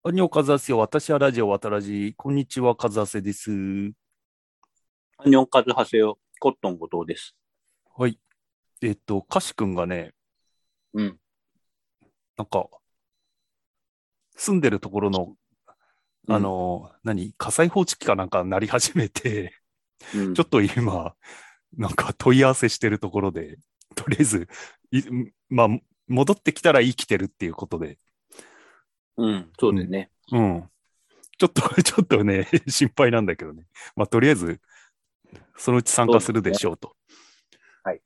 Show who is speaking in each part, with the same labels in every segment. Speaker 1: こんにちは、かざせよ。私はラジオ、わたらじ。こんにちは、かざせです。
Speaker 2: アンニョンカズハセヨ、コットン後藤です。
Speaker 1: はい。えっと、かしくんがね、
Speaker 2: うん。
Speaker 1: なんか、住んでるところの、あ、の、何、火災報知器かなんかなり始めて、
Speaker 2: うん、
Speaker 1: ちょっと今、なんか問い合わせしてるところで、とりあえず、いまあ、戻ってきたら生きてるっていうことで、
Speaker 2: うん、そうだよね。
Speaker 1: うん。ちょっと、 ちょっとね、心配なんだけどね。まあ、とりあえず、そのうち参加するでしょうと。
Speaker 2: はい。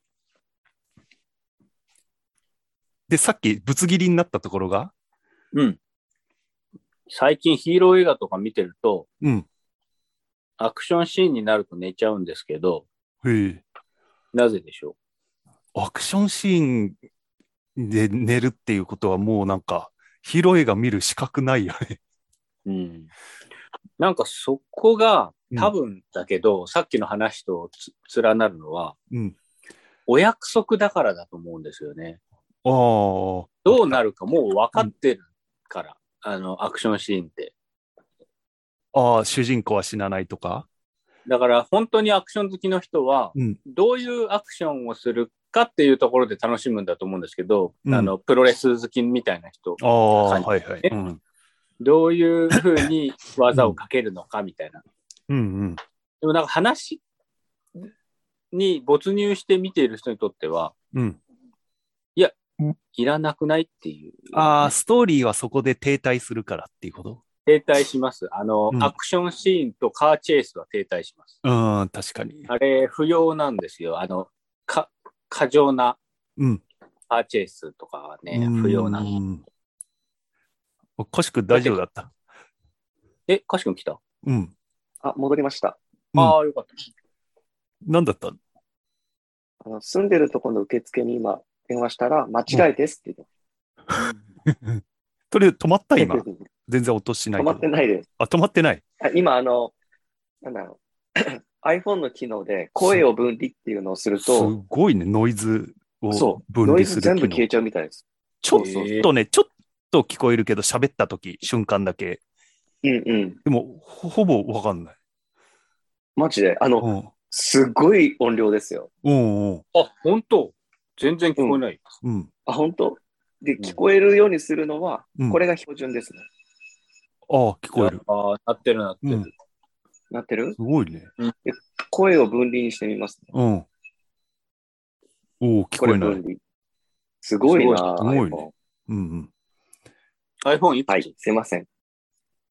Speaker 1: で、さっき、ぶつ切りになったところが、
Speaker 2: うん。最近ヒーロー映画とか見てると、
Speaker 1: うん。
Speaker 2: アクションシーンになると寝ちゃうんですけど、
Speaker 1: へえ。
Speaker 2: なぜでしょ
Speaker 1: アクションシーンで寝るっていうことは、もうなんか、ヒーロー映画見る資格ないよね。
Speaker 2: ううん。なんかそこが
Speaker 1: うん
Speaker 2: 多分だけど、さっきの話とつ連なるのは、
Speaker 1: うん。
Speaker 2: お約束だからだと思うんですよね。
Speaker 1: ああ。
Speaker 2: どうなるかもう分かってるから、あの、アクションシーンって。
Speaker 1: ああ、主人公は死なないとか。
Speaker 2: だから本当にアクション好きの人は、
Speaker 1: うん。
Speaker 2: どういうアクションをするかっていうところで楽しむんだと思うんですけど、
Speaker 1: うん
Speaker 2: あのプロレス好きみたいな人、
Speaker 1: ああ、は
Speaker 2: はいい
Speaker 1: はい。うん。
Speaker 2: どういうふうに技をかけるのかみたい な。
Speaker 1: うんうん。
Speaker 2: でもなんか話に没入して見ている人にとっては、
Speaker 1: うん。
Speaker 2: いらなくないっていう。
Speaker 1: ああ、ストーリーはそこで停滞するからっていうこと
Speaker 2: 停滞します。あの、
Speaker 1: うん
Speaker 2: アクションシーンとカーチェイスは停滞します。
Speaker 1: うん、確かに。
Speaker 2: あれ、不要なんですよ。あの、か、過剰な
Speaker 1: うん。
Speaker 2: カーチェイスとかはね、不要な
Speaker 1: う。ん。コシ君大丈夫だった。
Speaker 2: え、かしくん来た
Speaker 1: うん。
Speaker 3: あ、戻りました。
Speaker 1: うん
Speaker 2: ああ、よかった。
Speaker 1: なんだった
Speaker 3: あの住んでるところの受付に今、電話したら、間違いですって言っ
Speaker 1: とりあえず止まった
Speaker 3: て、
Speaker 1: 今。全然音しない
Speaker 3: 止
Speaker 1: けど。
Speaker 3: まってないです。
Speaker 1: あ、止まってない。
Speaker 3: あ今、あの、 なんだろう、iPhone の機能で声を分離っていうのをする
Speaker 1: す
Speaker 3: と、
Speaker 1: ごいね、ノイズを
Speaker 3: そ
Speaker 1: 分
Speaker 3: ノイ
Speaker 1: 離す
Speaker 3: ズ全
Speaker 1: る
Speaker 3: 部
Speaker 1: 機
Speaker 3: 消え
Speaker 1: 能。
Speaker 3: ちゃうみたいです。
Speaker 1: ちょ
Speaker 2: えー
Speaker 1: っとね、ちょっと聞こえるけど、喋った時瞬間だけ。
Speaker 3: うんうん。
Speaker 1: でも、ほほぼわかんない。
Speaker 3: マジで、あの、
Speaker 1: うん。
Speaker 3: すごい音量ですよ。
Speaker 1: うんうん。
Speaker 2: あ、本当全然聞こえない。
Speaker 1: うん。
Speaker 3: あ、本当で、
Speaker 2: ん
Speaker 3: 聞こえるようにするのは、
Speaker 1: うん
Speaker 3: これが標準ですね。
Speaker 1: ああ、聞こえる。
Speaker 2: ああ、なってるなってる。
Speaker 1: うん
Speaker 3: なってる
Speaker 1: すごいね。
Speaker 3: 声を分離にしてみますね。
Speaker 1: うん。おお、聞こ
Speaker 3: これ
Speaker 1: えない。
Speaker 3: 分離。すごいな
Speaker 1: すごいね
Speaker 3: iPhone
Speaker 1: うんうん。
Speaker 2: iPhone 一つ、
Speaker 3: はい、すいません。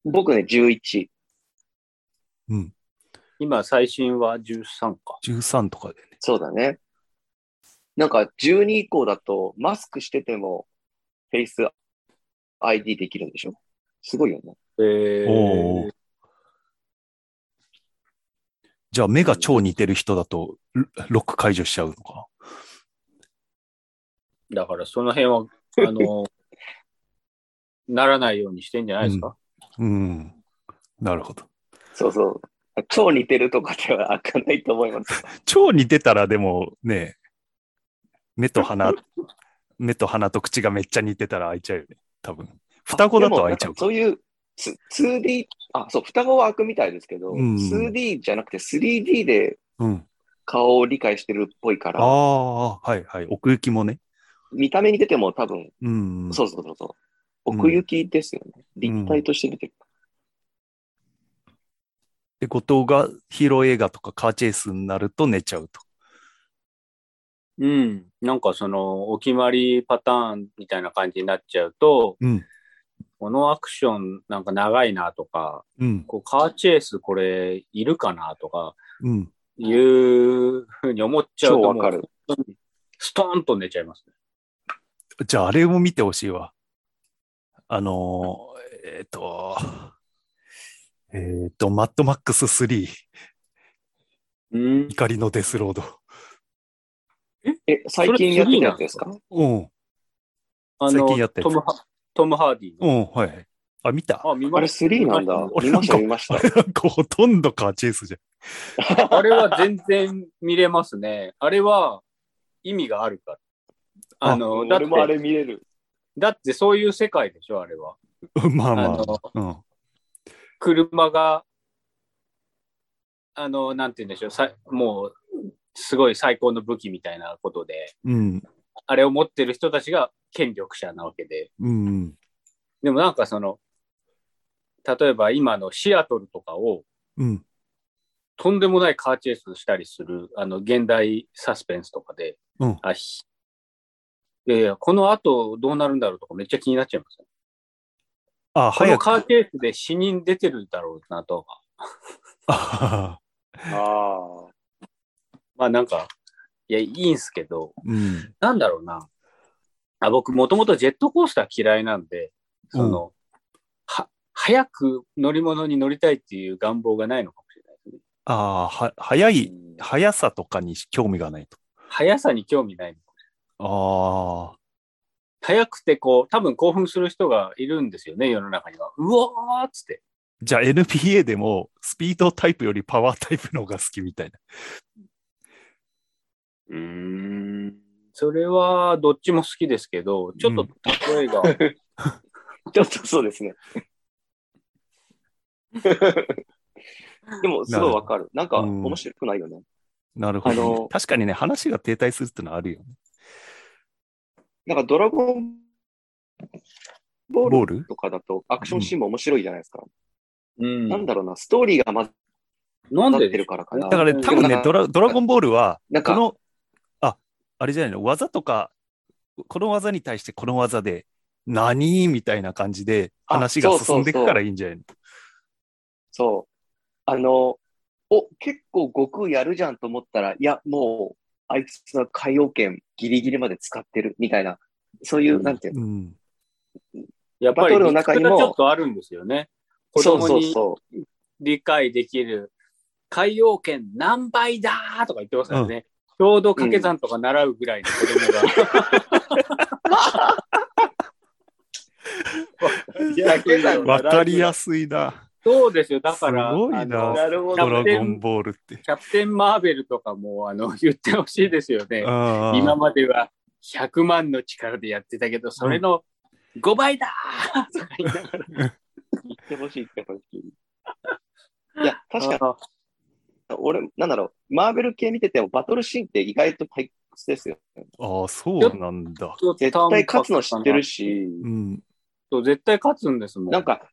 Speaker 3: 僕ね、11。
Speaker 1: うん。
Speaker 2: 今最新は13か。
Speaker 1: 13とかでね。
Speaker 3: そうだね。なんか12以降だとマスクしててもフェイス ID できるんでしょすごいよね。
Speaker 2: え
Speaker 1: おーじゃあ、目が超似てる人だと、ロロック解除しちゃうのか。
Speaker 2: だからその辺 は、あの、ならないようにしてんじゃないですか、
Speaker 1: うん。なるほど。
Speaker 3: そうそう。超似てるとかでは開かないと思います。
Speaker 1: 超似てたら、でもね、目と鼻、目と鼻と口がめっちゃ似てたら開いちゃうよね。多分。 双子だと開いちゃう
Speaker 3: でもなんかそういうつ 2D、あ、そう、双子は開くみたいですけど、
Speaker 1: うん
Speaker 3: 2D じゃなくて 3D で
Speaker 1: うん。
Speaker 3: 顔を理解してるっぽいか
Speaker 1: あ
Speaker 3: ら、
Speaker 1: あ、はいはい。奥行きもね。
Speaker 3: 見た目に出ても多分、
Speaker 1: うん。
Speaker 3: そうそうそうそう。奥行きですよね。立体として見てる。
Speaker 1: で、後藤がヒーロー映画とかカーチェイスになると寝ちゃうと。
Speaker 2: うん、なんかその、お決まりパターンみたいな感じになっちゃうと、
Speaker 1: うん。
Speaker 2: このアクションなんか長いなとか、
Speaker 1: うん。
Speaker 2: こうカーチェイスこれいるかなとか、
Speaker 1: うん。
Speaker 2: いうふうに思っちゃう
Speaker 3: 超
Speaker 2: と、
Speaker 3: わかる。
Speaker 2: もうストーンと寝ちゃいますね。
Speaker 1: じゃあ、あれを見てほしいわ。あのー、えっ、と、えっ、と、マッドマックス3、
Speaker 2: うん。
Speaker 1: 怒りのデスロード。
Speaker 3: え、最近やってたやつですか
Speaker 1: うん、
Speaker 2: あ
Speaker 1: 最
Speaker 2: の
Speaker 1: 近やったやつ
Speaker 2: トムハトム・ハーディの。
Speaker 1: うん、はいはい。あ、見た
Speaker 2: あ、見
Speaker 3: あ
Speaker 2: ま
Speaker 3: れ
Speaker 2: し
Speaker 3: 3なんだ。見ました、見 ました。
Speaker 1: なんかほとんどカーチェイスじ
Speaker 2: た。あれは全然見れますね。あれは意味があるから。あの、だっ
Speaker 3: 俺もあ
Speaker 2: て、
Speaker 3: れ見れる。
Speaker 2: だってそういう世界でしょ、あれは。
Speaker 1: まあま
Speaker 2: あの
Speaker 1: あ。うん。
Speaker 2: 車が、あの、なんて言うんでしょう、さもう、すごい最高の武器みたいなことで、
Speaker 1: うん。
Speaker 2: あれを持ってる人たちが権力者なわけで、
Speaker 1: うん。
Speaker 2: でもなんかその、例えば今のシアトルとかを、
Speaker 1: うん。
Speaker 2: とんでもないカーチェイスしたりする、あの、現代サスペンスとかで、
Speaker 1: うん
Speaker 2: あひいやいや、この後どうなるんだろうとかめっちゃ気になっちゃいます。
Speaker 1: あ、
Speaker 2: こ
Speaker 1: 早
Speaker 2: の
Speaker 1: く。
Speaker 2: カーチェイスで死人出てるだろうなとか、
Speaker 1: あ
Speaker 3: ああ。
Speaker 2: まあなんか、いや、いいんすけど、
Speaker 1: うん。
Speaker 2: なんだろうな。あ僕、もともとジェットコースター嫌いなんで、その、は、早く乗り物に乗りたいっていう願望がないのかもしれないですね。
Speaker 1: ああ、は、早い、
Speaker 3: うん
Speaker 1: 速さとかに興味がないと。
Speaker 2: 速さに興味ないの。
Speaker 1: ああ。
Speaker 2: 速くてこう、多分興奮する人がいるんですよね、世の中には。うおーっつって。
Speaker 1: じゃあ NPA でもスピードタイプよりパワータイプの方が好きみたいな。
Speaker 2: うーん。それは、どっちも好きですけど、ちょっと例え が、
Speaker 3: ちょっとそうですね。でも、すごいわかる。なんか、
Speaker 1: うん
Speaker 3: 面白くないよね。
Speaker 1: なるほどね、
Speaker 3: あの
Speaker 1: 確かにね、話が停滞するってのはあるよね。
Speaker 3: なんか、ドラゴンボ
Speaker 1: ボ
Speaker 3: ー
Speaker 1: ー
Speaker 3: ル
Speaker 1: ル
Speaker 3: とかだと、アクションシーンも面白いじゃないですか。
Speaker 2: うん
Speaker 3: なんだろうな、ストーリーがまず
Speaker 2: なん
Speaker 3: 立
Speaker 2: で
Speaker 3: ってるからかな。
Speaker 1: だからね、多分
Speaker 3: で
Speaker 1: ね
Speaker 3: もなんか
Speaker 1: ドラ、ドラゴンボールは、
Speaker 3: なん
Speaker 1: こ
Speaker 3: か、
Speaker 1: の、あ、あれじゃないの、技とか、この技に対してこの技で、何みたいな感じで
Speaker 3: あ
Speaker 1: 話が
Speaker 3: そうそうそう
Speaker 1: 進んでいくからいいんじゃないの
Speaker 3: そう。あの、お、結構悟空やるじゃんと思ったら、いや、もう、あいつの海洋圏ギリギリまで使ってるみたいな、そういう、
Speaker 2: うん
Speaker 3: なんていうの、
Speaker 1: うん。
Speaker 2: やっぱり、
Speaker 3: バトル
Speaker 2: 理
Speaker 3: の
Speaker 2: 屈
Speaker 3: 中
Speaker 2: が
Speaker 3: に
Speaker 2: ち
Speaker 3: も
Speaker 2: ょっとあるんですよね。子
Speaker 3: そう
Speaker 2: 供
Speaker 3: そう
Speaker 2: に
Speaker 3: そ
Speaker 2: 理解できる海洋圏何倍だーとか言ってますからね。ちょうど掛け算とか習うぐらいの子供が。
Speaker 3: 掛け算
Speaker 1: わかりや
Speaker 2: すい。
Speaker 1: すいな。
Speaker 2: そうですよ。だから、
Speaker 1: すごいな
Speaker 2: あ
Speaker 3: う。
Speaker 2: の
Speaker 3: なるほ
Speaker 1: ド
Speaker 3: ど
Speaker 1: ラ
Speaker 3: ね。
Speaker 1: ゴンボールって。
Speaker 2: キャプテン・マーベルとかもあの言ってほしいですよね。
Speaker 1: ああ
Speaker 2: 今までは100万の力でやってたけど、それの5倍だーとか 言いながら。
Speaker 3: 言ってほしい、言ってほしい。いや、確かに、俺、なんだろう、マーベル系見てても、バトルシーンって意外と退屈ですよ。
Speaker 1: ああ、そうなんだ。
Speaker 3: 絶対勝つの知ってるし、
Speaker 1: うん。
Speaker 2: そう絶対勝つんですもん。
Speaker 3: なんか、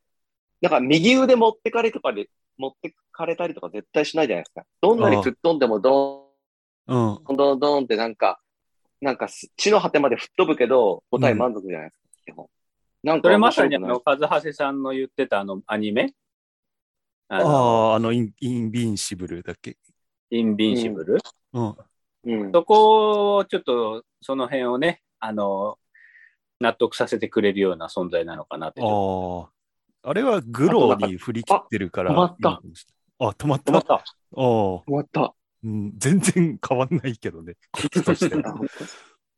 Speaker 3: なんか右腕持ってかれとかで、持ってかれたりとか絶対しないじゃないですか。どんなに吹っ飛んでもド
Speaker 1: うん。
Speaker 3: ーン、ドーン、ドーンってなんか、なんかす地の果てまで吹っ飛ぶけど、答え満足じゃないですか、基本。なん
Speaker 2: そ
Speaker 3: か
Speaker 2: れ
Speaker 3: 面
Speaker 2: まさ
Speaker 3: 白
Speaker 2: にあ
Speaker 3: くない
Speaker 2: の、。カズハセさんの言ってたあのアニメあ
Speaker 1: あ
Speaker 2: の
Speaker 1: あ、あのイン、インビンシブルだっけ。
Speaker 2: インビンシブル、
Speaker 1: うん。
Speaker 3: うん、
Speaker 2: そこをちょっとその辺をね、あの、納得させてくれるような存在なのかなって。ちょっ
Speaker 1: ああ。あれはグローに振り切ってるから。
Speaker 3: あ止まっ
Speaker 1: い
Speaker 3: た
Speaker 1: いのかもしれないあ、止まっ
Speaker 2: と
Speaker 1: た。ああ、
Speaker 2: 思った。
Speaker 3: 終わった。
Speaker 1: うん。全然変わんないけど ね。こっちとしては。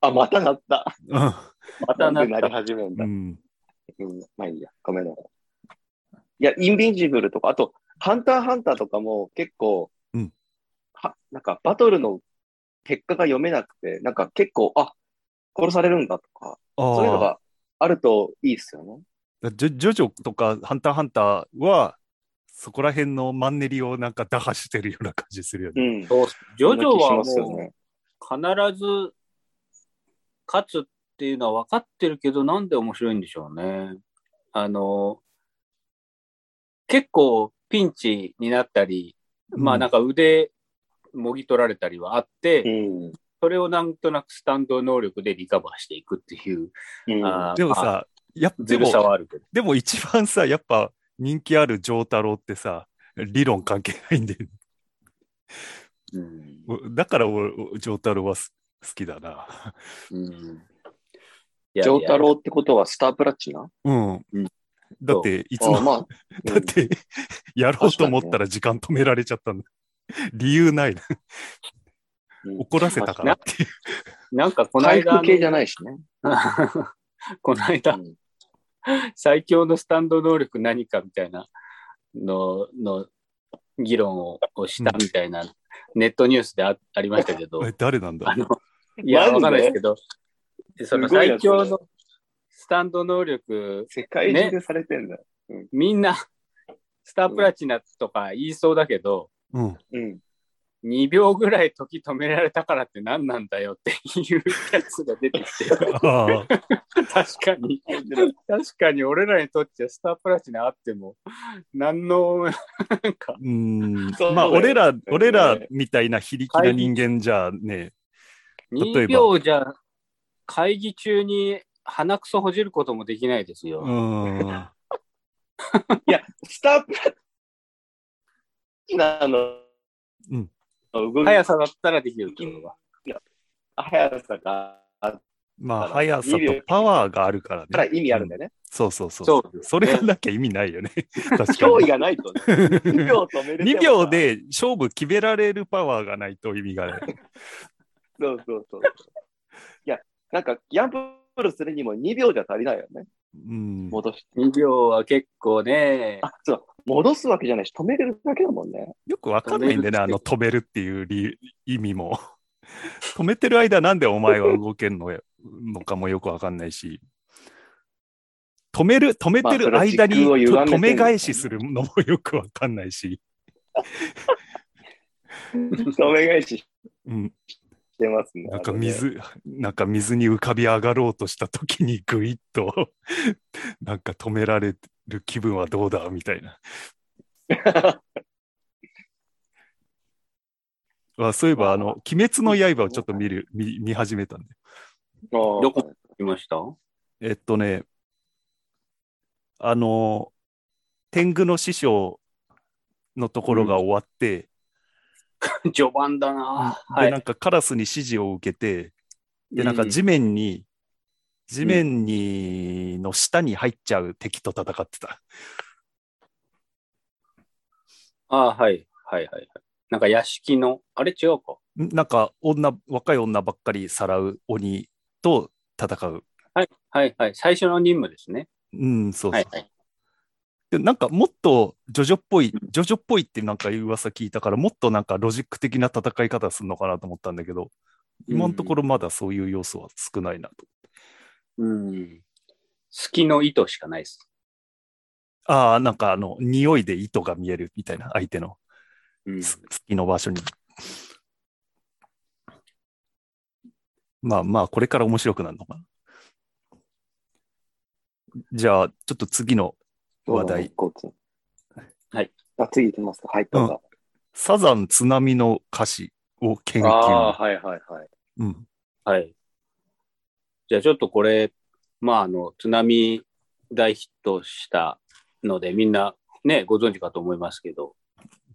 Speaker 3: あ、また なった。
Speaker 2: またな
Speaker 3: なんんでなり
Speaker 2: か、
Speaker 3: 始めるん
Speaker 1: う
Speaker 3: だ。
Speaker 1: ん。
Speaker 3: うん、まあいいや、ごめんなさい。いや、インビンジブルとか、あと、ハンターハンターとかも結構、
Speaker 1: うん
Speaker 3: は、なんかバトルの結果が読めなくて、なんか結構、あ、殺されるんだとか、
Speaker 1: ああ。
Speaker 3: そういうのがあるといいっすよね。
Speaker 1: ジョジョジョとかハンターハンターは、そこら辺のマンネリをなんか打破してるような感じするよ
Speaker 3: う
Speaker 1: ね。
Speaker 3: ん。
Speaker 2: そうジョジョは
Speaker 3: そんな気しますよ
Speaker 2: も
Speaker 3: ね
Speaker 2: う必ず勝つっていうのは分かってるけど、なんで面白いんでしょうね。あの、結構ピンチになったり、まあなんか腕もぎ取られたりはあって、
Speaker 3: うん。
Speaker 2: それをなんとなくスタンド能力でリカバーしていくっていう、
Speaker 3: うん。
Speaker 2: あー
Speaker 1: でも、
Speaker 2: まあ
Speaker 1: さ、やっ
Speaker 2: ず
Speaker 1: で
Speaker 2: る
Speaker 1: も
Speaker 2: さ、はあるけど。
Speaker 1: でも一番さ、やっぱ人気ある丈太郎ってさ、理論関係ないんで、
Speaker 2: うん
Speaker 1: だから俺、丈太郎はす好きだな。
Speaker 2: うん
Speaker 3: ジョータロウってことはスタープラチナ
Speaker 1: うん
Speaker 2: うん。
Speaker 1: だって、いつ
Speaker 3: あ
Speaker 1: も、
Speaker 3: まあ、
Speaker 1: だって、やろうと思ったら時間止められちゃったんだ。 理由ない な。
Speaker 3: うん
Speaker 1: 怒らせたからっていう。
Speaker 2: なんかこの
Speaker 3: 回
Speaker 2: 間
Speaker 3: 復
Speaker 2: の、
Speaker 3: 系じゃないしね。
Speaker 2: この間、
Speaker 3: うん
Speaker 2: 最強のスタンド能力何かみたいなのの議論ををしたみたいな、ネットニュースであありましたけ ど、
Speaker 1: え誰なんだ
Speaker 2: あのいや、
Speaker 3: マジで
Speaker 2: わかんないですけど、その
Speaker 3: すごい
Speaker 2: 最
Speaker 3: やつ
Speaker 2: 強の、スタンド能力、
Speaker 3: 世界中でされてんだ。
Speaker 2: みんな、スタープラチナとか言いそうだけど、
Speaker 1: うん。
Speaker 3: うん。
Speaker 2: 2秒ぐらい時止められたからって何なんだよっていうやつが出てきて、
Speaker 1: ああ
Speaker 2: 確かに、確かに俺らにとっちゃスタープラチナあっても、何の、なんか、
Speaker 1: うん
Speaker 3: そう
Speaker 1: まあ、
Speaker 3: そうだよ
Speaker 1: 俺ら、
Speaker 3: ね
Speaker 1: 俺らみたいな非力な人間じゃね、例えば
Speaker 2: 2秒じゃ会議中に鼻くそほじることもできないですよ。
Speaker 1: う ん。
Speaker 3: いや、スタープラチナの、
Speaker 1: うん
Speaker 3: 動き
Speaker 2: 速さだったらできるけど。
Speaker 3: 速さがあっ
Speaker 1: まあ、
Speaker 3: だから
Speaker 1: 速さとパワーがあるからね。
Speaker 3: たら意味あるんだよね。
Speaker 1: そうそうそう。
Speaker 2: そうですね
Speaker 1: それがなきゃ意味ないよね。 確か
Speaker 3: 脅威
Speaker 1: に。
Speaker 3: がないとね。2秒止める。
Speaker 1: 2秒。で勝負決められるパワーがないと意味がない。
Speaker 3: そうそうそう。いや、なんか、ギャンブルするにも2秒じゃ足りないよね。
Speaker 1: うん。
Speaker 3: 戻し
Speaker 2: 2秒は結構ね、
Speaker 3: あ、そう、戻すわけじゃないし、止めれるだけだもんね。
Speaker 1: よくわかんないんでね、あの止めるっていう理意味も。 止めてる間なんでお前は動けんのやのかもよくわかんないし。止める、止めてる間に、
Speaker 3: まあそれは時空を歪めてるんですよね
Speaker 1: と止め返しするのもよくわかんないし。
Speaker 3: 止め返しし
Speaker 1: うん。
Speaker 3: てますね。
Speaker 1: なんか水、なんか水に浮かび上がろうとした時にグイッと、 なんか止められる気分はどうだみたいな。
Speaker 3: あれね。
Speaker 1: あそういえば、あの、鬼滅の刃をちょっと見る、見見始めたんで。
Speaker 3: も
Speaker 2: ど
Speaker 3: う
Speaker 2: こいました
Speaker 1: えっとね、あの、天狗の師匠のところが終わって、
Speaker 2: 序盤だな。は
Speaker 1: で、
Speaker 2: い
Speaker 1: なんかカラスに指示を受けて、で、なんか
Speaker 3: うん
Speaker 1: 地面に、地面に、の下に入っちゃう敵と戦ってた。
Speaker 2: あーはい。はいはいはい。なんか屋敷の、あれ違うか。
Speaker 1: んなんか、女、若い女ばっかりさらう鬼と戦う。
Speaker 2: はいはいはい。最初の任務ですね。
Speaker 1: うん、そうそう。
Speaker 2: はいはい。
Speaker 1: で、なんかもっとジョジョっぽい、ジョジョっぽいってなんかいう噂聞いたから、もっとなんかロジック的な戦い方するのかなと思ったんだけど、今のところまだそういう要素は少ないなと。
Speaker 2: うん。隙の糸しかないです。
Speaker 1: ああ、なんかあの、匂いで糸が見えるみたいな、相手の
Speaker 2: うん。
Speaker 1: す隙の場所に。まあまあ、これから面白くなるのかな。じゃあ、ちょっと次の話題。
Speaker 3: こう
Speaker 2: はい。
Speaker 3: あ、次行きますか。はい、どうぞ。
Speaker 1: サザン津波の歌詞を研
Speaker 3: あ
Speaker 1: 究。
Speaker 3: あ、はいはいはい。
Speaker 1: うん。
Speaker 2: はい。じゃあちょっとこれ、まああの、津波大ヒットしたので、みんなね、ご存知かと思いますけど、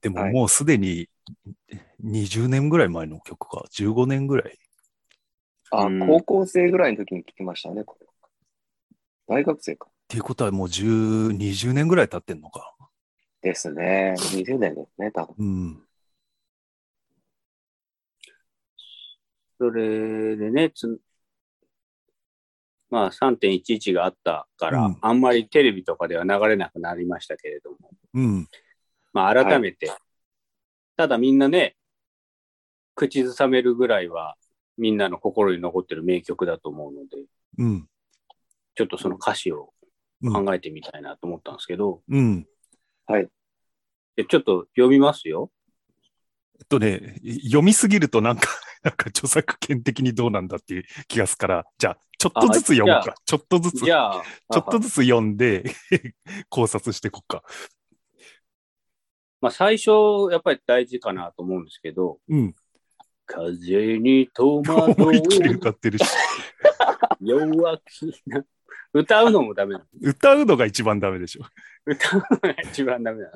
Speaker 1: でも
Speaker 3: はい
Speaker 1: もうすでに20年ぐらい前の曲か、15年ぐらい。
Speaker 3: あ
Speaker 2: うん、
Speaker 3: 高校生ぐらいの時に聞きましたね、これ。大学生か。
Speaker 1: っていうことはもう10、20年ぐらい経ってんのか。
Speaker 3: ですね。20年ですね、多分。
Speaker 1: うん。
Speaker 2: それでね、つまあ3.11があったから、
Speaker 1: うん
Speaker 2: あんまりテレビとかでは流れなくなりましたけれども、
Speaker 1: うん。
Speaker 2: まあ改めて、ただみんなね、口ずさめるぐらいは、みんなの心に残ってる名曲だと思うので、
Speaker 1: うん。
Speaker 2: ちょっとその歌詞を考えてみたいなと思ったんですけど、
Speaker 1: うん。
Speaker 2: でちょっと読みますよ。
Speaker 1: えっとね、読みすぎるとなんか、 なんか著作権的にどうなんだっていう気がするから、じゃあ、ちょっとずつ読む
Speaker 2: あじゃ
Speaker 1: か。ちょっとずつ、ち
Speaker 2: じ
Speaker 1: ょ
Speaker 2: ゃあ、
Speaker 1: っとずつ読んで 考察していこっか。
Speaker 2: まあ、最初、やっぱり大事かなと思うんですけど、
Speaker 1: うん。
Speaker 2: 風に戸惑
Speaker 1: 思いっきり
Speaker 2: う
Speaker 1: 歌ってるし、
Speaker 2: 弱気な。歌うのもダメなの。
Speaker 1: 歌うのが一番ダメでしょ。
Speaker 2: 歌うの が一番ダメなの。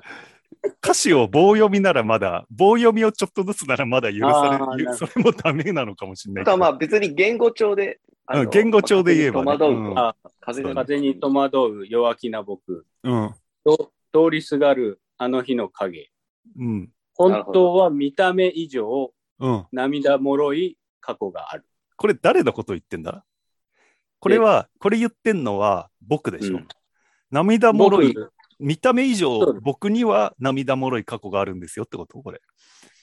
Speaker 1: 歌詞を棒読みならまだ、棒読みをちょっとずつならまだ許さ
Speaker 2: あー
Speaker 1: れ
Speaker 2: な
Speaker 1: る、そ
Speaker 2: る
Speaker 1: れもダメなのかもしれない
Speaker 3: と
Speaker 1: け
Speaker 3: か
Speaker 1: ど。
Speaker 3: まあ別に言語帳で。あの
Speaker 1: うん言語帳で言えばね
Speaker 3: まあ風に戸惑うと。
Speaker 2: あ
Speaker 3: 風
Speaker 1: そうね
Speaker 2: 風に戸惑う弱気な僕。
Speaker 1: うん。
Speaker 2: と通りすがるあの日の影。
Speaker 1: うん。
Speaker 2: 本当は見た目以上、
Speaker 1: うん。
Speaker 2: 涙もろい過去がある。
Speaker 1: これ誰のこと言ってんだこれは、これ言ってんのは僕でしょ。
Speaker 2: うん
Speaker 1: 涙もろい、
Speaker 2: 僕
Speaker 1: 見た目以上
Speaker 2: そうで
Speaker 1: 僕には涙もろい過去があるんですよってことこれ。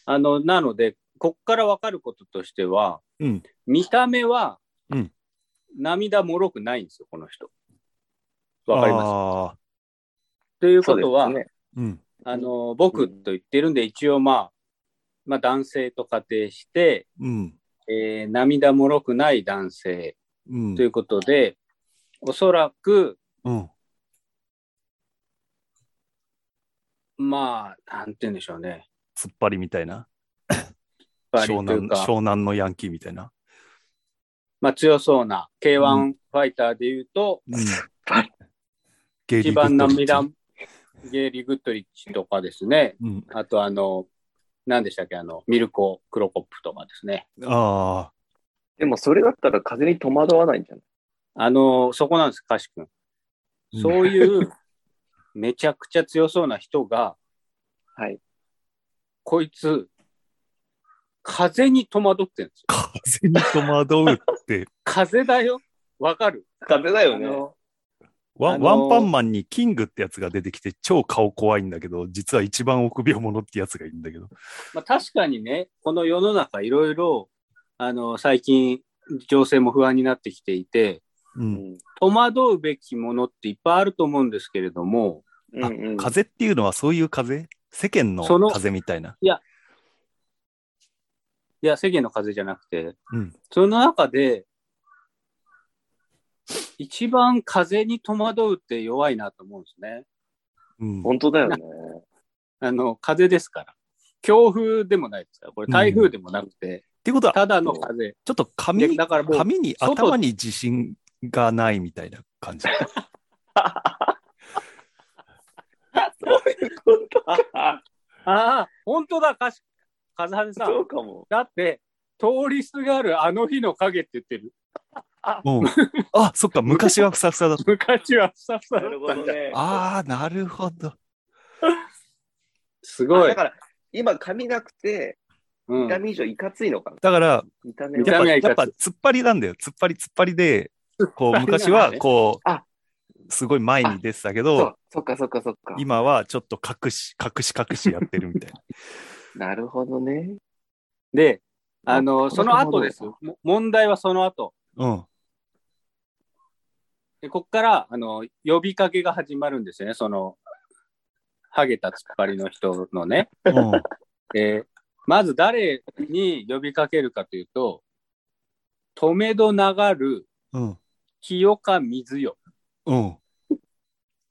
Speaker 2: あの、なので、こっからわかることとしては、
Speaker 1: うん。
Speaker 2: 見た目は、
Speaker 1: うん
Speaker 2: 涙もろくないんですよ、この人。わかります。
Speaker 1: ああ、
Speaker 2: というこ
Speaker 3: そうです
Speaker 2: とは、
Speaker 3: ね。
Speaker 1: うん。
Speaker 2: あの僕と言ってるんで、一応まあ、まあ男性と仮定して、
Speaker 1: うん。
Speaker 2: えー涙もろくない男性
Speaker 1: うん
Speaker 2: とい。うことで、おそらく、
Speaker 1: うん。
Speaker 2: まあ、なんて言うんでしょうね。
Speaker 1: 突っ張りみたいな。
Speaker 2: やっぱり
Speaker 1: 湘
Speaker 2: とい
Speaker 1: 南
Speaker 2: うか
Speaker 1: 湘南のヤンキーみたいな。
Speaker 2: まあ、強そうな
Speaker 1: う
Speaker 2: K1 ファイターで言うと、
Speaker 1: うん
Speaker 3: 張り。
Speaker 1: ゲイリ
Speaker 2: 一
Speaker 1: ー・グッ
Speaker 2: 番
Speaker 1: ドリッ
Speaker 2: 涙
Speaker 1: チ、
Speaker 2: ゲイリー・グッドリッチとかですね。
Speaker 1: うん。
Speaker 2: あと、あの、何でしたっけ、あの、ミルコ・クロコップとかですね。
Speaker 1: ああ、
Speaker 3: でもそれだったら風に戸惑わないんじゃない
Speaker 2: あの、そこなんです、カシ君
Speaker 1: う。ん
Speaker 2: そういう、めちゃくちゃ強そうな人が、
Speaker 3: はい。
Speaker 2: こいつ、風に戸惑ってるんですよ。
Speaker 1: 風に戸惑う って、
Speaker 2: 風だよ。わかる。
Speaker 3: 風だよ
Speaker 2: あ
Speaker 3: ね。
Speaker 2: の
Speaker 1: ワン
Speaker 2: あのー
Speaker 1: ワンパンマンにキングってやつが出てきて、超顔怖いんだけど、実は一番臆病者ってやつがいるんだけど。
Speaker 2: まあ、確かにね、この世の中、いろいろ、あの、最近、情勢も不安になってきていて、
Speaker 1: う。
Speaker 3: うんん。
Speaker 2: 戸惑うべきものっていっぱいあると思うんですけれども、
Speaker 3: うんうん
Speaker 1: 風っていうのはそういう風世間の
Speaker 2: その
Speaker 1: 風みたいな。
Speaker 2: いや、世間の風じゃなくて、
Speaker 1: うん。
Speaker 2: その中で、一番風に戸惑うって弱いなと思うんですね。
Speaker 1: うん。
Speaker 3: 本当だ よね。
Speaker 2: あの、風ですから。強風でもないですから、これ台風でもなくて、
Speaker 1: ってことは、
Speaker 2: ただの風。
Speaker 1: ちょっと紙
Speaker 2: でだからもう
Speaker 1: 紙に
Speaker 2: 外
Speaker 1: 頭に自信がないみたいな感 じ。
Speaker 3: そういうことか。
Speaker 2: ああ、本当だ、かし、風晴さ
Speaker 3: そ
Speaker 2: ん
Speaker 3: う。かも。
Speaker 2: だって、通りすがるあの日の影って言ってる。
Speaker 1: うん。あ、そっか、昔はふさふさだった。
Speaker 2: 昔はふさふさ
Speaker 3: な
Speaker 2: だっ
Speaker 3: るほ
Speaker 2: たん
Speaker 3: ど
Speaker 2: だ。
Speaker 3: ね。
Speaker 1: ああ、なるほど。
Speaker 2: すごい
Speaker 3: だか。ら、今、髪なくて、
Speaker 2: うん
Speaker 3: 痛み以上いかついのかな。
Speaker 1: だから、
Speaker 3: 痛み
Speaker 2: 見
Speaker 1: や
Speaker 2: た
Speaker 1: っぱ、
Speaker 2: 目はいかつ
Speaker 1: やっぱ突っ張りなんだよ。突っ張り、突っ張りで、こう、
Speaker 2: 突っ張りなんだね
Speaker 1: 昔は、こ
Speaker 3: あ
Speaker 1: う、すごい前に出てたけ
Speaker 3: そ
Speaker 1: ど
Speaker 3: う、そっかそっかそっか。
Speaker 1: 今はちょっと隠し、隠し隠しやってるみたいな。
Speaker 3: なるほどね。
Speaker 2: で、あの、
Speaker 3: あ
Speaker 2: その後です。も問題はその後。
Speaker 1: うん。
Speaker 2: で、こっから、あの、呼びかけが始まるんですよね。その、ハゲた突っ張りの人のね。
Speaker 1: うん。
Speaker 2: えーまず誰に呼びかけるかというと、止めど流る
Speaker 1: うん。
Speaker 2: 清か水よ。
Speaker 1: うん。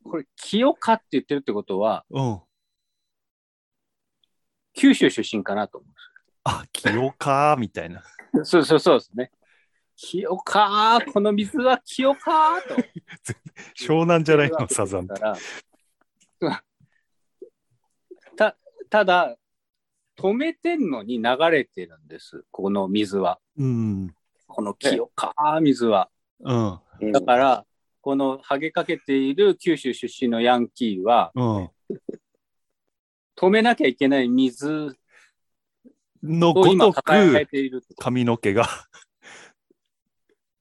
Speaker 2: これ、清かって言ってるってことは、
Speaker 1: うん。
Speaker 2: 九州出身かなと思
Speaker 1: あ、清かーみたいな。
Speaker 2: う。そうそうそうですね。清かー、この水は清かーと。
Speaker 1: 湘南じゃないの、サザ ン。
Speaker 2: だからたただ止めてんのに流れてるんですこの水は
Speaker 1: うん。
Speaker 2: この清か水は
Speaker 1: うん。
Speaker 3: うん
Speaker 2: だからこのハゲかけている九州出身のヤンキーは
Speaker 1: うん。
Speaker 2: 止めなきゃいけない水
Speaker 1: の
Speaker 2: を
Speaker 1: ご
Speaker 2: 今
Speaker 1: と
Speaker 2: 抱え
Speaker 1: く、
Speaker 2: ていると
Speaker 1: 髪の毛 が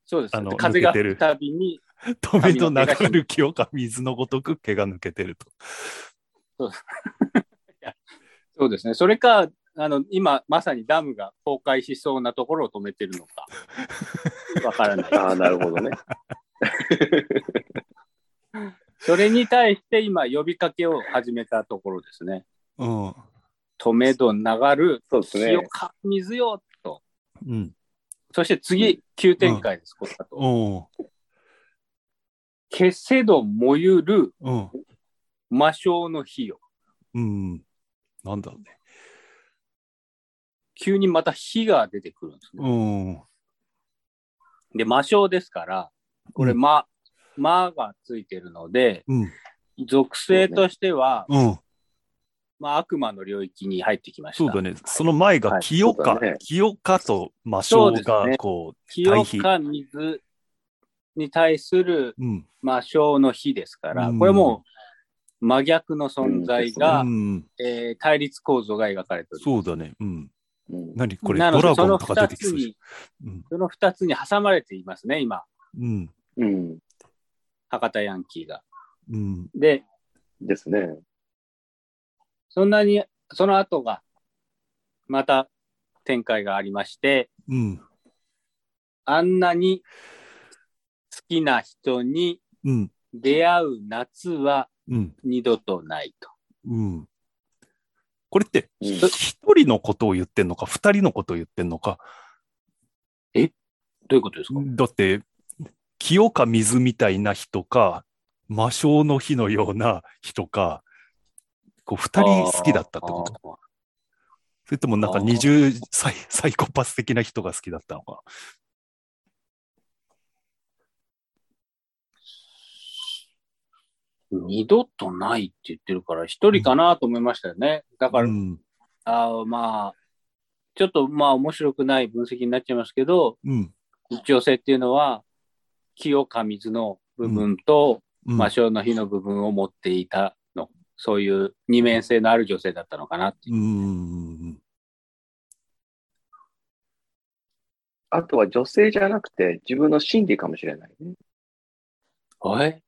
Speaker 2: そうです
Speaker 1: あの
Speaker 2: 風が
Speaker 1: 抜けてる
Speaker 2: 吹くたびに
Speaker 1: 止めと流る清か水のごとく毛が抜けてると。
Speaker 2: そうですねそれかあの今まさにダムが崩壊しそうなところを止めてるの かわからない
Speaker 3: ああ、なるほどね。
Speaker 2: それに対して今呼びかけを始めたところですね。
Speaker 1: うん。
Speaker 2: 止めど流る
Speaker 3: そうですね
Speaker 2: 清。か水よと。
Speaker 1: うん。
Speaker 2: そして次、急展開です。これだと
Speaker 1: うん。
Speaker 2: 消せど燃ゆる
Speaker 1: うん。
Speaker 2: 魔性の火よ。
Speaker 1: うん。なんだろうね。
Speaker 2: 急にまた火が出てくるんですね。
Speaker 1: うん。
Speaker 2: で、魔性ですから、これ、
Speaker 1: うん
Speaker 2: 魔、魔がついてるので、
Speaker 1: うん。
Speaker 2: 属性としては、
Speaker 1: うん。
Speaker 2: まあ、悪魔の領域に入ってきました。
Speaker 1: そうだね。その前が清か、
Speaker 3: はいそうだね
Speaker 1: 清かと魔性
Speaker 2: そうです
Speaker 1: が
Speaker 2: ね
Speaker 1: こ
Speaker 2: 清か水に対する
Speaker 1: う、うん。
Speaker 2: 魔性の火ですから、
Speaker 1: うん
Speaker 2: これもう真逆の存在が、
Speaker 1: うん。
Speaker 2: えー対立構造が描かれており
Speaker 1: そうだね。うん。
Speaker 3: うん
Speaker 1: 何これ、
Speaker 2: な
Speaker 1: ド
Speaker 2: ので
Speaker 1: ラ
Speaker 2: そ
Speaker 1: ゴ
Speaker 2: の
Speaker 1: ンとか出
Speaker 2: 2
Speaker 1: て
Speaker 2: つ
Speaker 1: きそうじ
Speaker 2: に、
Speaker 1: ゃん。うん
Speaker 2: その二つに挟まれていますね、今、
Speaker 1: うん。
Speaker 3: うん。
Speaker 2: 博多ヤンキーが。
Speaker 1: うん。
Speaker 2: で、
Speaker 3: ですね。
Speaker 2: そんなに、その後が、また展開がありまして、
Speaker 1: うん。
Speaker 2: あんなに好きな人に
Speaker 1: うん。
Speaker 2: 出会う夏は
Speaker 1: うん。
Speaker 2: 二度とないと。
Speaker 1: うん。これって、
Speaker 3: うん
Speaker 1: ひ一人のことを言ってんのか、二人のことを言ってんのか、
Speaker 2: どういうことですか、
Speaker 1: だって、清か水みたいな人か、魔性の火のような人か、こう、二人好きだったってこと
Speaker 2: あー
Speaker 1: それともなんか
Speaker 2: あー
Speaker 1: 二重サイサイコパス的な人が好きだったのか。
Speaker 2: 二度とないって言ってるから、一人かなと思いましたよね。だから、
Speaker 1: うん。
Speaker 2: あーまあ、ちょっとまあ面白くない分析になっちゃいますけど、
Speaker 1: うん。
Speaker 2: 女性っていうのは、清か水の部分と、
Speaker 1: うん
Speaker 2: 魔性の火の部分を持っていたの、そういう二面性のある女性だったのかなっていう
Speaker 1: う。ん。
Speaker 3: あとは女性じゃなくて自分の心理かもしれないね。
Speaker 2: はい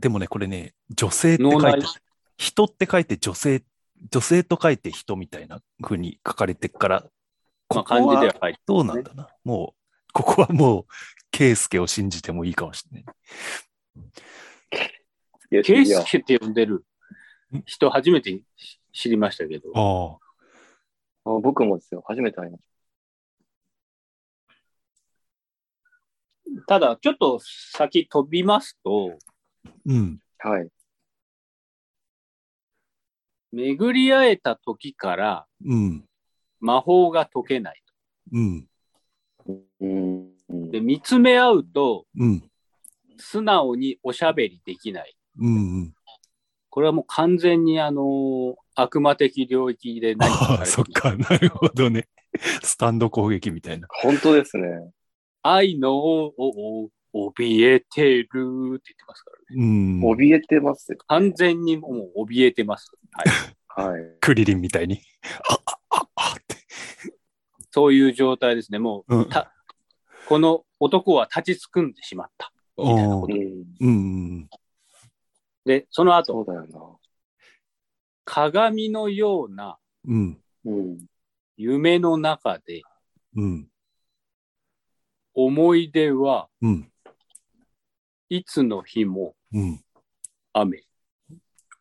Speaker 1: でもね、これね、女性って書
Speaker 2: 脳
Speaker 1: いてあ
Speaker 2: 内
Speaker 1: る、人って書いて女性、女性と書いて人みたいな風に書かれてっから、
Speaker 2: ま
Speaker 1: こ
Speaker 2: あ、漢
Speaker 1: こ
Speaker 2: 字で
Speaker 1: は
Speaker 2: は書いて
Speaker 1: どうなんだな。もう、ここはもう、ケイスケを信じてもいいかもしれない。
Speaker 3: いや
Speaker 2: ケイ
Speaker 3: いや
Speaker 2: スケって呼んでる
Speaker 1: ん
Speaker 2: 人初めて知知りましたけど。
Speaker 1: ああ。
Speaker 3: あ僕もですよ。初めて会いまし
Speaker 2: ただ、ちょっと先飛びますと、
Speaker 1: うん。
Speaker 3: た。はい。
Speaker 2: 巡り会えた時から
Speaker 1: うん。
Speaker 2: 魔法が解けない。
Speaker 1: うん。
Speaker 3: うん。うん
Speaker 2: で、見つめ合うと
Speaker 1: うん。
Speaker 2: 素直におしゃべりできない。
Speaker 1: うん。
Speaker 2: これはもう完全にあのー悪魔的領域で何かさ
Speaker 1: あ
Speaker 2: れ
Speaker 1: あ、
Speaker 2: て
Speaker 1: そっ
Speaker 2: る
Speaker 1: か。なるほどね。スタンド攻撃みたいな。
Speaker 3: 本当ですね。
Speaker 2: 愛の王を怯えてるって言ってますからね。
Speaker 1: うん。
Speaker 3: 怯えてますよ。
Speaker 2: 完全にもう怯えてます。はい。
Speaker 3: はい。
Speaker 1: クリリンみたいに。あ、あ、あ、あって。
Speaker 2: そういう状態ですね。も
Speaker 1: うん。
Speaker 2: たう、この男は立ちすくんでしまった。みたいなこ
Speaker 1: う
Speaker 2: と
Speaker 1: ん
Speaker 3: うん。
Speaker 1: うん。
Speaker 2: で、その
Speaker 3: そ
Speaker 2: 後、
Speaker 3: うだよ
Speaker 2: 鏡のような
Speaker 1: うん。
Speaker 3: な。うん。
Speaker 2: 夢の中で、
Speaker 1: うん。
Speaker 2: 思い出は
Speaker 1: うん。
Speaker 2: いつの日も
Speaker 1: うん。
Speaker 2: 雨。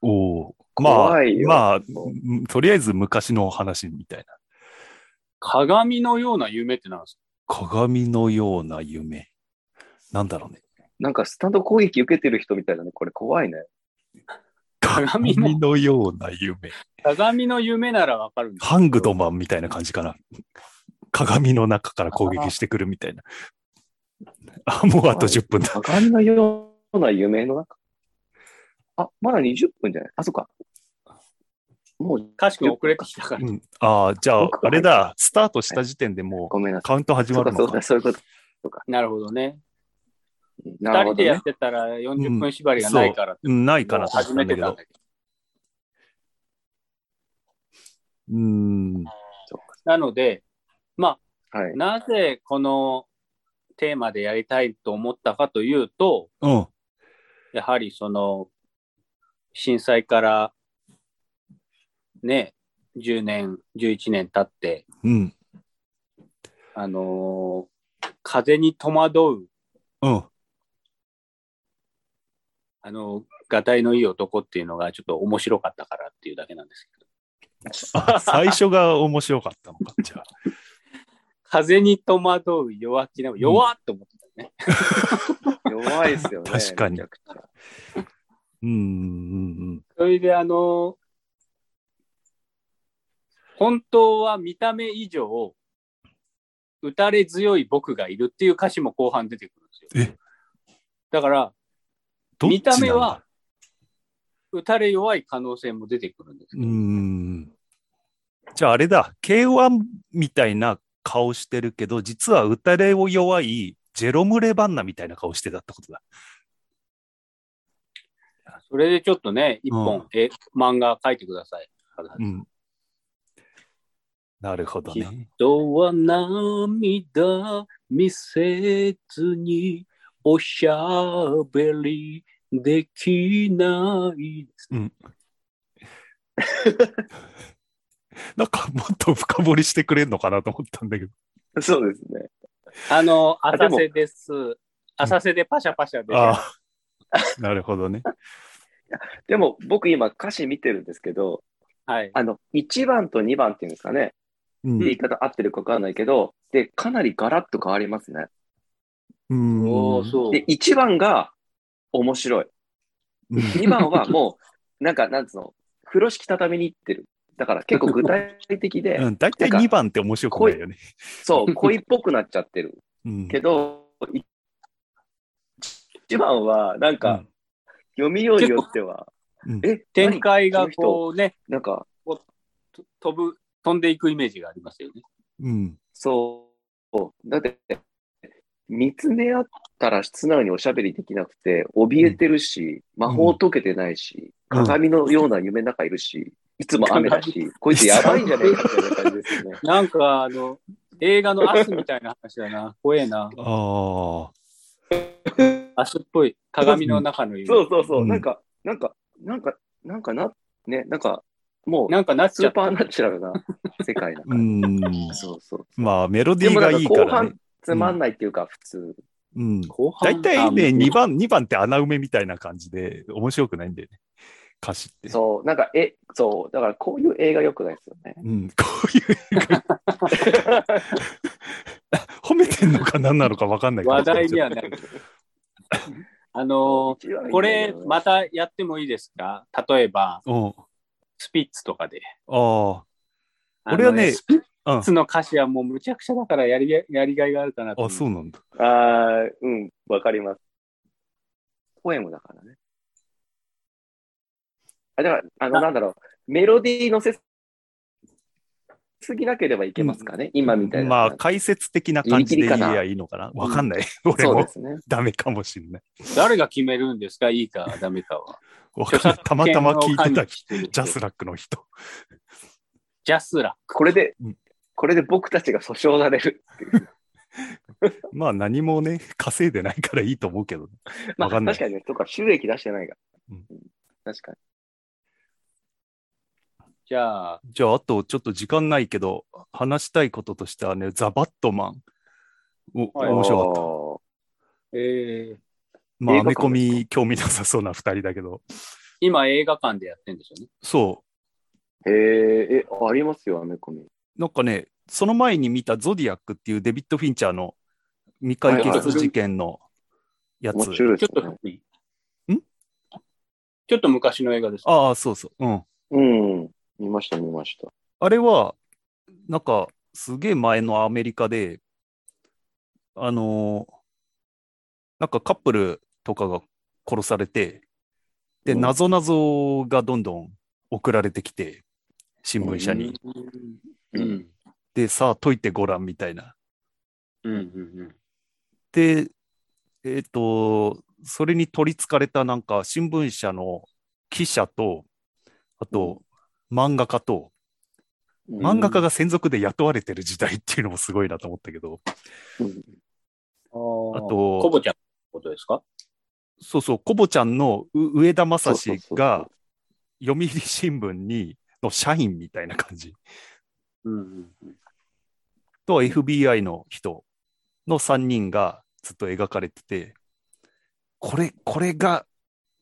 Speaker 1: おお。まあ
Speaker 3: 怖い、よ
Speaker 1: まあ、うんとりあえず昔の話みたいな。
Speaker 2: 鏡のような夢ってなんですか
Speaker 1: 鏡のような夢。なんだろうね。
Speaker 3: なんかスタンド攻撃受けてる人みたいだね。これ怖いね。
Speaker 2: 鏡の
Speaker 1: のような夢。
Speaker 2: 鏡の夢ならわかるんですけど
Speaker 1: ハングドマンみたいな感じかな。鏡の中から攻撃してくるみたいな。あ、もうあと10分だ。
Speaker 3: 鏡のような夢の中。あ、まだ20分じゃないあ、そっか。もう、
Speaker 2: かしくん遅れてきたから。
Speaker 1: うん、ああ、じゃあ、
Speaker 3: 僕
Speaker 1: あ
Speaker 3: は
Speaker 1: れだ、スタートした時点でも
Speaker 3: ごめんな
Speaker 1: う
Speaker 3: さ
Speaker 1: カウント始
Speaker 3: い。そ
Speaker 1: ま
Speaker 3: うか、
Speaker 1: る
Speaker 3: そ
Speaker 1: の
Speaker 3: う
Speaker 1: か
Speaker 3: か、。そういうこと。
Speaker 2: なるほどね。
Speaker 3: な
Speaker 2: 二
Speaker 3: るほ
Speaker 2: 人
Speaker 3: ど
Speaker 2: でや
Speaker 3: ね
Speaker 2: っ。てたら40分縛りがないからって、
Speaker 1: うん、ないか
Speaker 2: も
Speaker 1: な
Speaker 2: う
Speaker 1: と思った
Speaker 2: 始
Speaker 1: んだ
Speaker 2: めて
Speaker 1: け
Speaker 2: た
Speaker 1: ど
Speaker 2: んだ。けど。
Speaker 1: うん、
Speaker 2: なので、ま
Speaker 3: は
Speaker 2: あ、
Speaker 3: い。
Speaker 2: なぜこのテーマでやりたいと思ったかというと、
Speaker 1: うん、
Speaker 2: やはりその、震災からね、10年、11年経って、
Speaker 1: うん、
Speaker 2: あのー風に戸惑う、
Speaker 1: うん、
Speaker 2: あのー、がたいのいい男っていうのがちょっと面白かったからっていうだけなんですけど、
Speaker 1: あ最初が面白かったのか、じゃあ。
Speaker 2: 風に戸惑う弱気な、弱っと思ってたね。
Speaker 3: 弱いですよ ね。
Speaker 1: 確かに
Speaker 3: めちゃくちゃ
Speaker 1: うん、うん、
Speaker 2: それであの、本当は見た目以上、打たれ強い僕がいるっていう歌詞も後半出てくるんですよ。だから、
Speaker 1: どっちなんだ
Speaker 2: 見た目は、打たれ弱い可能性も出てくるんですけ
Speaker 1: う
Speaker 2: ど、
Speaker 1: ん。じゃああれだ、K1 みたいな顔してるけど、実は打たれを弱いジェロム・レバンナみたいな顔してたってことだ。
Speaker 2: それでちょっとね、一
Speaker 1: う
Speaker 2: 本、え漫画書いてください。
Speaker 1: うん。なるほどね。
Speaker 2: 人は涙見せずにおしゃべりできないです
Speaker 1: なんかもっと深掘りしてくれんのかなと思ったんだけど。
Speaker 3: そうですね。
Speaker 2: あの、浅
Speaker 3: でも
Speaker 2: 瀬です。浅瀬でパシャパシャで、
Speaker 1: ああ、なるほどね。
Speaker 3: でも僕今歌詞見てるんですけど、
Speaker 2: はい。
Speaker 3: あの、1番と2番っていうんですかね。
Speaker 1: うん
Speaker 3: 言い方合ってるかわかんないけど、で、かなりガラッと変わりますね。
Speaker 1: うん
Speaker 2: おーそう
Speaker 3: で、。1番が面白い。
Speaker 1: うん
Speaker 3: 2番はもう、なんか、なんつうの、風呂敷畳みに行ってる。だから結構具体的 で、
Speaker 1: うん大体
Speaker 3: なんか
Speaker 1: 2番って面白くないよね。
Speaker 3: そう、恋っぽくなっちゃってる
Speaker 1: うん
Speaker 3: けど、1番は、なんか、読みようによっては、
Speaker 1: うん
Speaker 3: え、
Speaker 2: 展開が
Speaker 3: 何
Speaker 2: こうね、
Speaker 3: なんか、
Speaker 2: と飛ぶ、飛んでいくイメージがありますよね。
Speaker 1: うん
Speaker 3: そう、だって、見つめ合ったら素直におしゃべりできなくて、怯えてるし、魔法解けてないし、
Speaker 1: うん
Speaker 3: 鏡のような夢の中いるし、いつも雨だし、こいつやばいんじゃないかって感じですね。
Speaker 2: なんか、あの、映画のアスみたいな話だな。怖えな。
Speaker 1: ああ。
Speaker 2: アスっぽい。鏡の中の夢。
Speaker 3: そうそうそ う、
Speaker 1: うん
Speaker 3: なんか、なんか、なんか、なんかな、ね、なんか、もう、
Speaker 2: なんかなっ
Speaker 3: ス
Speaker 2: ちゃ
Speaker 3: ー
Speaker 2: った。
Speaker 3: パーナチュラル な世界だか
Speaker 1: う
Speaker 3: ら。
Speaker 1: ん。
Speaker 3: そうそう。
Speaker 1: まあ、メロデ
Speaker 3: で
Speaker 1: ィー
Speaker 3: もな
Speaker 1: が
Speaker 3: ん
Speaker 1: い
Speaker 3: か
Speaker 1: いから
Speaker 3: 後
Speaker 1: ね
Speaker 3: 半。つまんないっていうか、普通。
Speaker 1: うん。
Speaker 2: 後半
Speaker 1: 大体ね、
Speaker 2: あもう
Speaker 1: 2番、2番って穴埋めみたいな感じで、面白くないんだよね。歌詞って。
Speaker 3: そう、なんか、え、そう、だからこういう映画良くないですよね。
Speaker 1: うん、 こういう映画褒めてんのか何なのか分かんないけど
Speaker 2: 話題にはなる。 あのーこれ、またやってもいいですか例えば、
Speaker 1: うん。
Speaker 2: スピッツとかで。
Speaker 1: あ
Speaker 2: あの
Speaker 1: 俺はね
Speaker 2: スピッ
Speaker 1: あ。うん
Speaker 2: ツの歌詞はもうむちゃくちゃだからやりがやりがいがあるかなと
Speaker 1: あ、
Speaker 2: 思う
Speaker 1: そうなんだ。
Speaker 3: ああー、うん、わかります。ポエムだからね。あ、だから、あの、
Speaker 2: あ
Speaker 3: なんだろう、メロディー乗せすぎなければいけますかね、今みたいな。
Speaker 1: まあ、解説的な感じで
Speaker 3: ギリギ
Speaker 1: 言
Speaker 3: リかな
Speaker 1: えばいいのかな分かんない。俺
Speaker 3: そう
Speaker 1: も
Speaker 3: ですね。
Speaker 1: ダメかもしんない。
Speaker 2: 誰が決めるんですかいいかダメかは。
Speaker 1: わかんない たまたま聞いてたジャス
Speaker 2: ラ
Speaker 1: ラッ
Speaker 2: ック。
Speaker 1: クの人。
Speaker 2: ジャスラック。
Speaker 3: これで
Speaker 1: うん、
Speaker 3: これで僕たちが訴訟される。
Speaker 1: まあ何もね、稼いでないからいいと思うけど、ね、
Speaker 3: ま
Speaker 1: わ
Speaker 3: あ、
Speaker 1: かんない
Speaker 3: 確かにね、とか収益出してないが。
Speaker 1: う
Speaker 3: うんん、確かに。
Speaker 2: じゃあ、
Speaker 1: じゃあ、あとちょっと時間ないけど、話したいこととしてはね、ザ・バットマン。お
Speaker 2: はい
Speaker 1: 面白かった。
Speaker 3: か
Speaker 2: えー、
Speaker 1: ま
Speaker 3: 映
Speaker 1: あ、ア
Speaker 3: 画館
Speaker 1: メコミ興味なさそうな二人だけど、
Speaker 2: 今映画館でやってるんですよね。
Speaker 1: そ
Speaker 3: った。へえ、え、ありますよ、アメコミ。
Speaker 1: う、なんかね、その前に見たゾディアックっていうデビッド・フィンチャーの未解決事件のやつ。
Speaker 3: 面白い
Speaker 2: ちょ
Speaker 3: です
Speaker 2: っと
Speaker 3: よね。
Speaker 2: 古い。
Speaker 1: ん
Speaker 2: ちょっと昔の映画です。
Speaker 1: ああ、そうそう。うん。
Speaker 3: うん。見ました、見ました。
Speaker 1: あれは、なんか、すげえ前のアメリカで、あのーなんかカップルとかが殺されて、で、
Speaker 3: うん
Speaker 1: なぞなぞがどんどん送られてきて、新聞社に。
Speaker 2: うん。うん。
Speaker 1: で、さあ解いてごらんみたいな。
Speaker 2: うん。うん。
Speaker 1: で、えっ、と、それに取りつかれたなんか新聞社の記者と、あと漫画家と、
Speaker 3: うん
Speaker 1: 漫画家が専属で雇われてる時代っていうのもすごいなと思ったけど、
Speaker 3: うん
Speaker 2: あとコ
Speaker 1: と
Speaker 2: ボちゃんのことですか
Speaker 1: そうそう、コボちゃんのう上田
Speaker 3: そう
Speaker 1: 正
Speaker 3: そう
Speaker 1: 史
Speaker 3: そう
Speaker 1: が読売新聞にの社員みたいな感じ
Speaker 2: うんうんうん。
Speaker 1: と FBI の人の3人がずっと描かれてて、これ、これが、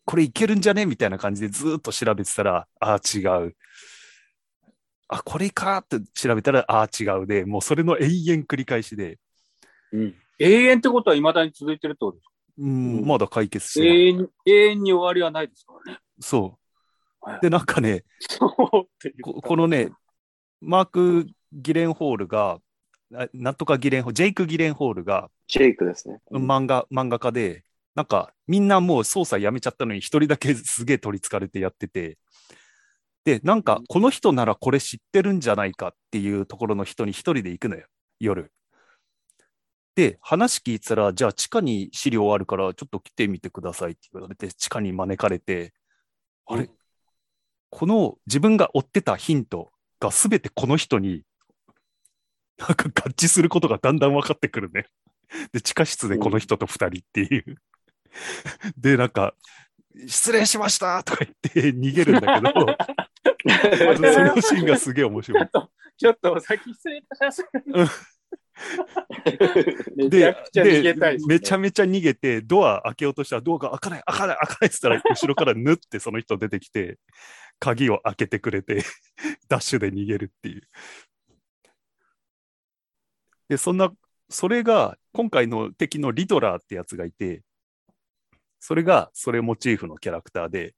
Speaker 1: これいけるんじゃねみたいな感じでずーっと調べてたら、ああ、違う。あ、これかって調べたら、ああ、違うで、もうそれの永遠繰り返しで、
Speaker 2: うん、永遠ってことは未だに続いてるってことで
Speaker 1: うん、まだ解決し
Speaker 2: す
Speaker 1: て
Speaker 2: か
Speaker 1: ない。
Speaker 2: 永遠永遠に終わりはないですからね。
Speaker 1: そう
Speaker 2: は。い
Speaker 1: で、なんかね、
Speaker 2: そうっていう
Speaker 1: ここのね、マーク・ギレンホールが、あなんとかギレンホール、ジェイク・ギレンホールが
Speaker 3: ジェイクですね。
Speaker 1: 漫画、漫画家で、なんかみんなもう操作やめちゃったのに一人だけすげえ取りつかれてやってて、で、なんかこの人ならこれ知ってるんじゃないかっていうところの人に一人で行くのよ、夜。で、話聞いてたら、じゃあ地下に資料あるからちょっと来てみてくださいって言われて、地下に招かれて、あ れ、この自分が追ってたヒントが全てこの人になんか合致することがだんだん分かってくるね。 で、地下室でこの人と二人っていう。 で、なんか、失礼しましたとか言って逃げるんだけど、 そのシーンがすげえ面白い。
Speaker 2: ちょっとお先失礼いたします。めち
Speaker 1: で
Speaker 2: ゃくちゃ逃げたいですね
Speaker 1: めちゃめちゃ逃げて、ドア開けようとしたら、ドアが開かない、開かない、開かないって言ったら、 後ろから縫ってその人出てきて、鍵を開けてくれて、 ダッシュで逃げるっていう。で、そんな、それが、今回の敵のリドラーってやつがいて、それが、それモチーフのキャラクターで、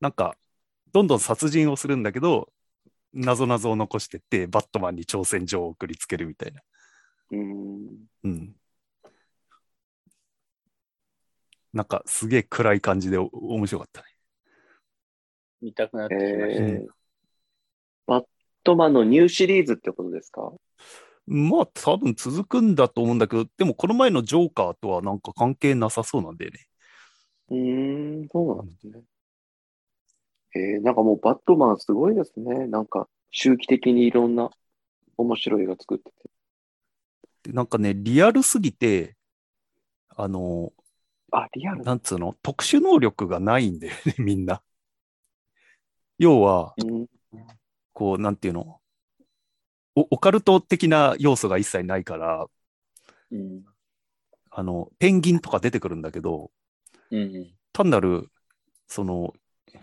Speaker 1: なんか、どんどん殺人をするんだけど、なぞなぞを残してって、バットマンに挑戦状を送りつけるみたいな。
Speaker 3: うん。
Speaker 1: うん。なんかすげえ暗い感じでお面白かったね。
Speaker 2: 見たくなって
Speaker 3: え
Speaker 2: きました。
Speaker 1: う
Speaker 3: ー、バットマンのニューシリーズってことですか
Speaker 1: まあ多分続くんだと思うんだけど、でもこの前のジョーカーとはなんか関係なさそうなんだよね。
Speaker 3: うーん、そうなんですね。えー、なんかもうバットマンすごいですね。なんか周期的にいろんな面白い映画作ってて。
Speaker 1: でなんかね、リアルすぎて、あの、
Speaker 3: あ、リアルな。
Speaker 1: なんつうの、特殊能力がないんだよね、 みんな。要は、
Speaker 3: うん、
Speaker 1: こう、なんていうの、おオカルト的な要素が一切ないから、
Speaker 2: うん。
Speaker 1: あの、ペンギンとか出てくるんだけど、
Speaker 2: うん。
Speaker 1: 単なるその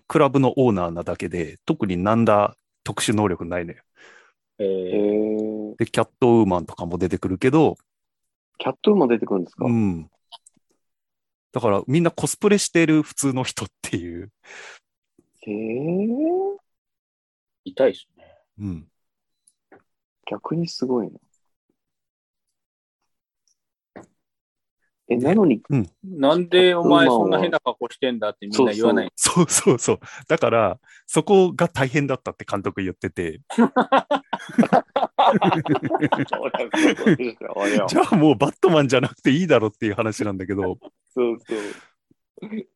Speaker 1: クラブのオーナーなだけで特になんだ特殊能力ないのよ。
Speaker 2: え
Speaker 3: え
Speaker 2: ー、
Speaker 3: ー、
Speaker 1: でキャットウーマンとかも出てくるけど、
Speaker 3: キャットウーマン出てくるんですか、
Speaker 1: うん、だからみんなコスプレしてる普通の人っていう、
Speaker 3: えー、
Speaker 2: 痛いですね。
Speaker 1: うん、
Speaker 3: 逆にすごいな。え、なのに、
Speaker 2: なんでお前そんな変な格好してんだってみんな言わない。
Speaker 1: そうそうそうだからそこが大変だったって監督言ってて
Speaker 3: そうなんですよそうですよ
Speaker 1: じゃあもうバットマンじゃなくていいだろっていう話なんだけど
Speaker 3: そうそう。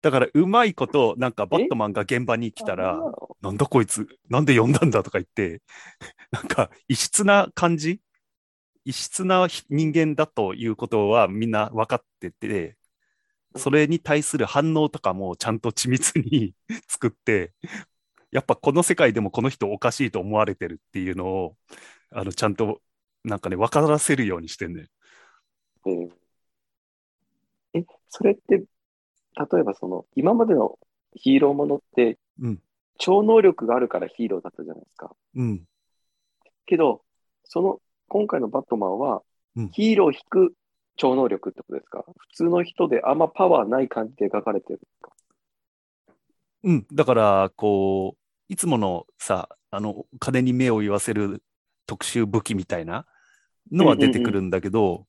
Speaker 1: だからうまいことなんかバットマンが現場に来たらなんだこいつ、なんで呼んだんだとか言って、 なんか異質な感じ、異質な人間だということはみんな分かってて、それに対する反応とかもちゃんと緻密に 作って、やっぱこの世界でもこの人おかしいと思われてるっていうのを、あのちゃんとなんかね、分からせるようにしてんね。
Speaker 3: えーえ、それって、例えばその、今までのヒーローものって、
Speaker 1: うん
Speaker 3: 超能力があるからヒーローだったじゃないですか。
Speaker 1: うん。
Speaker 3: けど、その、今回のバットマンは
Speaker 1: うん、
Speaker 3: ヒーロー引く超能力ってことですか、普通の人であんまパワーない感じで描かれてる。
Speaker 1: うん。だから、こう、いつものさ、あの、金に目を言わせる特殊武器みたいなのは出てくるんだけど、